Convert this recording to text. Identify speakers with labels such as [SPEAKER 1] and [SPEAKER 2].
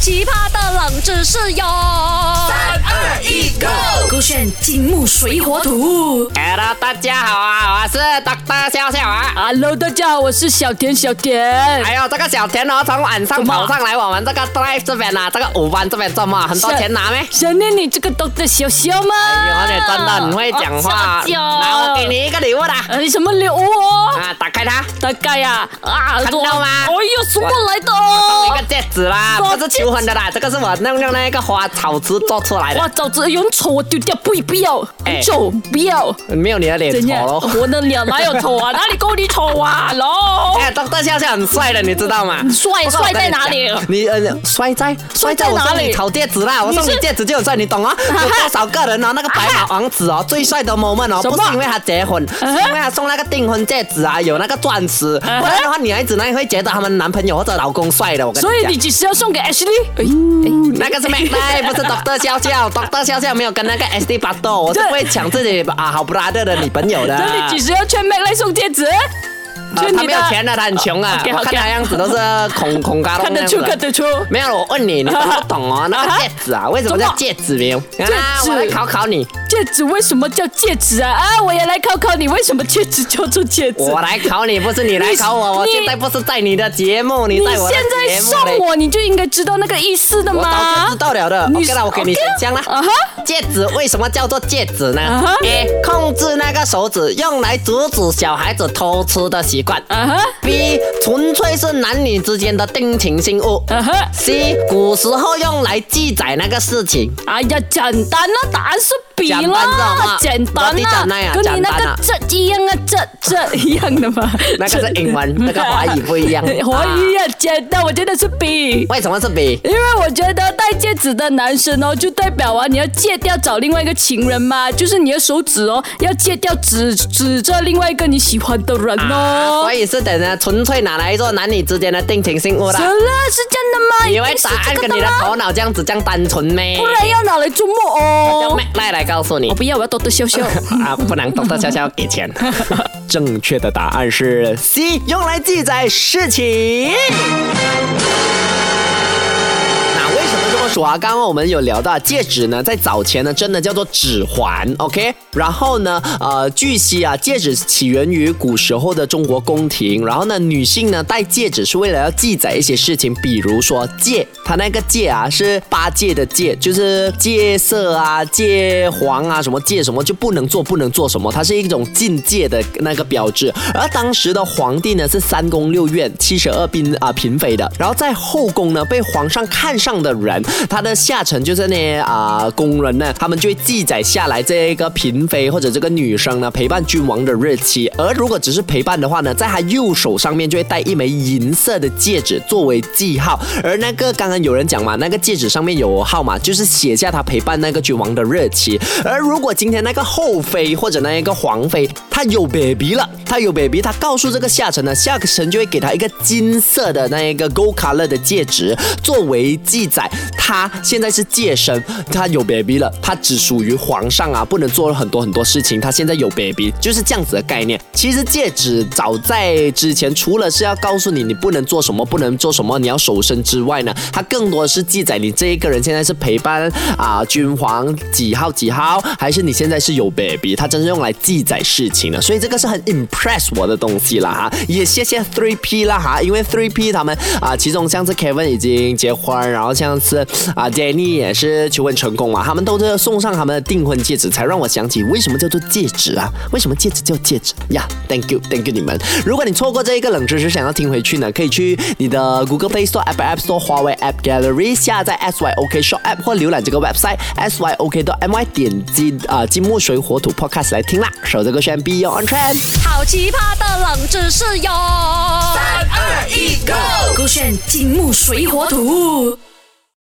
[SPEAKER 1] 奇葩的冷知识哟！三
[SPEAKER 2] 二一，Go！
[SPEAKER 1] 勾选金木水火土。
[SPEAKER 2] Hello，大哎家好啊，我是 Doctor 笑笑啊。
[SPEAKER 3] Hello，大家好，我是小田小田。
[SPEAKER 2] 哎呦，这个小田哦，从晚上跑上来我们这个 drive 这边啊，这个五班这边这么很多钱拿没？
[SPEAKER 3] 想念你这个 Doctor 小小吗？
[SPEAKER 2] 哎呦，你真的很会讲话。
[SPEAKER 3] 啊
[SPEAKER 2] 来，我给你一个礼物啦。
[SPEAKER 3] 哎，什么礼物哦？
[SPEAKER 2] 啊，打开它。
[SPEAKER 3] 大概呀，啊，
[SPEAKER 2] 看到吗？
[SPEAKER 3] 哎呦，什么来的？哦
[SPEAKER 2] 一个戒指啦，不是求婚的啦，这个是我用用那个花草枝做出来的。
[SPEAKER 3] 哇，枣子很丑，我丢掉，不不要，
[SPEAKER 2] 哎
[SPEAKER 3] 很丑，不要。
[SPEAKER 2] 没有你的脸
[SPEAKER 3] 怎样
[SPEAKER 2] 丑咯。？
[SPEAKER 3] 我的脸哪有丑 啊？哪里够你丑啊？喽，
[SPEAKER 2] 哎，东大笑笑很帅的，你知道吗？
[SPEAKER 3] 帅
[SPEAKER 2] 不过我
[SPEAKER 3] 帅
[SPEAKER 2] 跟
[SPEAKER 3] 在
[SPEAKER 2] 你
[SPEAKER 3] 哪
[SPEAKER 2] 讲
[SPEAKER 3] 里？
[SPEAKER 2] 你呃，帅在
[SPEAKER 3] 帅
[SPEAKER 2] 帅
[SPEAKER 3] 在
[SPEAKER 2] 在我
[SPEAKER 3] 哪
[SPEAKER 2] 送
[SPEAKER 3] 里
[SPEAKER 2] 你草戒指啦，我送你
[SPEAKER 3] 是
[SPEAKER 2] 戒指就很帅，你懂啊？有多少个人哦？那个白马王子哦， 最帅的 moment 哦，
[SPEAKER 3] 什么
[SPEAKER 2] 不是因为他结婚，是
[SPEAKER 3] 啊哈
[SPEAKER 2] 因为他送那个订婚戒指啊，有那个钻石，不
[SPEAKER 3] 啊哈
[SPEAKER 2] 然的话女孩子那会觉得他们男朋友或者老公帅的。我跟
[SPEAKER 3] 所以
[SPEAKER 2] 讲
[SPEAKER 3] 你。几时要送给 Ashley？哎呦
[SPEAKER 2] 那个是 Mac 不是 Doctor 笑笑，Doctor 笑笑没有跟那个 SD 巴斗，我是
[SPEAKER 3] 这
[SPEAKER 2] 不会抢自己啊好 brother 的女朋 友的。
[SPEAKER 3] 那你几时要劝 Mac 来送戒指？
[SPEAKER 2] 啊
[SPEAKER 3] 劝
[SPEAKER 2] 他
[SPEAKER 3] 你
[SPEAKER 2] 没
[SPEAKER 3] 的
[SPEAKER 2] 有，钱的，他很穷啊，
[SPEAKER 3] OK，OK
[SPEAKER 2] 我看他样子都是孔孔嘎
[SPEAKER 3] 看
[SPEAKER 2] 咚那
[SPEAKER 3] 得
[SPEAKER 2] 样
[SPEAKER 3] 出，
[SPEAKER 2] 子。啊
[SPEAKER 3] 看得出。
[SPEAKER 2] 没有，我问你，你懂不懂哦？那
[SPEAKER 3] 啊
[SPEAKER 2] 个戒指 啊，为什么
[SPEAKER 3] 怎
[SPEAKER 2] 叫
[SPEAKER 3] 么
[SPEAKER 2] 戒指没有？戒
[SPEAKER 3] 指
[SPEAKER 2] 我来考考你，
[SPEAKER 3] 戒指为什么叫戒指啊？啊，我也来考考你，为什么戒指叫做戒指？
[SPEAKER 2] 我来啊考你，不是你来考我。我
[SPEAKER 3] 你
[SPEAKER 2] 现在不是在你的节目，你
[SPEAKER 3] 你
[SPEAKER 2] 在我的
[SPEAKER 3] 现在
[SPEAKER 2] 节目
[SPEAKER 3] 送
[SPEAKER 2] 嘞。
[SPEAKER 3] 我，你就应该知道那个意思的
[SPEAKER 2] 我早就
[SPEAKER 3] 嘛
[SPEAKER 2] 知。道了的。
[SPEAKER 3] 你
[SPEAKER 2] OK 了，我给你
[SPEAKER 3] OK
[SPEAKER 2] 选
[SPEAKER 3] 啊
[SPEAKER 2] 项啦
[SPEAKER 3] 啊哈。
[SPEAKER 2] 戒指为什么叫做戒指呢
[SPEAKER 3] 啊哈
[SPEAKER 2] ？A. 控制那个手指，用来阻止小孩子偷吃的习惯。
[SPEAKER 3] 啊哈，
[SPEAKER 2] B. 纯粹是男女之间的定情信物。
[SPEAKER 3] 啊哈，
[SPEAKER 2] C. 古时候用来记载那个事情。
[SPEAKER 3] 哎呀，简单了，答案是 B
[SPEAKER 2] 简单啊是
[SPEAKER 3] 啦
[SPEAKER 2] 吗，
[SPEAKER 3] 简
[SPEAKER 2] 我
[SPEAKER 3] 单
[SPEAKER 2] 的
[SPEAKER 3] 啦
[SPEAKER 2] 简单呀，
[SPEAKER 3] 跟你那
[SPEAKER 2] 简单
[SPEAKER 3] 个
[SPEAKER 2] 啊
[SPEAKER 3] 这一样啊，这这一样的嘛。。
[SPEAKER 2] 那个是英文，那个华语不一样
[SPEAKER 3] 华语啊，
[SPEAKER 2] 啊
[SPEAKER 3] 简单，我觉得是 B。
[SPEAKER 2] 为什么是 B？
[SPEAKER 3] 因为我觉得戴戒指的男生哦，就代表啊，你要戒掉找另外一个情人嘛，就是你的手指哦，要戒掉指指着另外一个你喜欢的人哦。
[SPEAKER 2] 所以是等着纯粹拿来做男女之间的定情信物
[SPEAKER 3] 是
[SPEAKER 2] 啦。
[SPEAKER 3] 啦，是这样的吗？
[SPEAKER 2] 以为
[SPEAKER 3] 一定是
[SPEAKER 2] 答案
[SPEAKER 3] 这个
[SPEAKER 2] 跟你的
[SPEAKER 3] 吗
[SPEAKER 2] 头脑这样子这样单纯咩？
[SPEAKER 3] 不然要拿来做梦
[SPEAKER 2] 叫
[SPEAKER 3] 哦。
[SPEAKER 2] Mac 赖来告诉你
[SPEAKER 3] 我。不要，我要多多笑 笑。
[SPEAKER 2] 啊，不能懂得悄悄给 钱。正确的答案是 C，用来记载事情。那为什么这么说啊？刚刚我们有聊到戒指呢，在早前呢，真的叫做指环，OK。然后呢，呃，据悉啊，戒指起源于古时候的中国宫廷。然后呢，女性呢戴戒指是为了要记载一些事情，比如说戒，它那个戒啊是八戒的戒，就是戒色啊、戒黄啊，什么戒什么就不能做、不能做什么，它是一种禁戒的那个标志。而当时的皇帝呢是三宫六院七十二嫔啊嫔妃的，然后在后宫呢被皇上看上的人，他的下臣就是那些啊、宫人呢，他们就会记载下来这个嫔妃或者这个女生呢陪伴君王的日期。而如果只是陪伴的话呢，在他右手上面就会戴一枚银色的戒指作为记号，而那个刚刚有人讲嘛，那个戒指上面有号码，就是写下他陪伴那个君王的日期。而如果今天那个后妃或者那一个皇妃，她有 baby 了，她有 baby，她告诉这个下臣呢，下臣就会给她一个金色的那一个 gold color 的戒指作为记载，她现在是戒身，她有 baby 了，她只属于皇上啊，不能做很多很多事情，她现在有 baby，就是这样子的概念。其实戒指早在之前，除了是要告诉你你不能做什么，不能做什么，你要守身之外呢，它更多的是记载你这一个人现在是陪伴啊君皇几号几号，还是你现在是有 baby，它真是用来记载事情的，所以这个是很 impress 我的东西啦哈，也谢谢 Three P 啦哈，因为 Three P 他们啊，其中像是 Kevin 已经结婚，然后像是啊 Danny 也是求婚成功嘛，他们都是送上他们的订婚戒指，才让我想起为什么叫做戒指啊，为什么戒指叫戒指呀、t h a n k you，Thank you 你们。如果你错过这一个冷知识，想要听回去呢，可以去你的 Google Play Store、Apple App Store、华为 App Gallery 下载 SYOK Shop App 或浏览这个 website SYOK 到 MY 点击啊、呃金木水火土 Podcast 来听啦。守这个旋 b e y o n Trend。
[SPEAKER 1] 好奇葩的冷知识哟！三二一，Go！勾选金木水火土。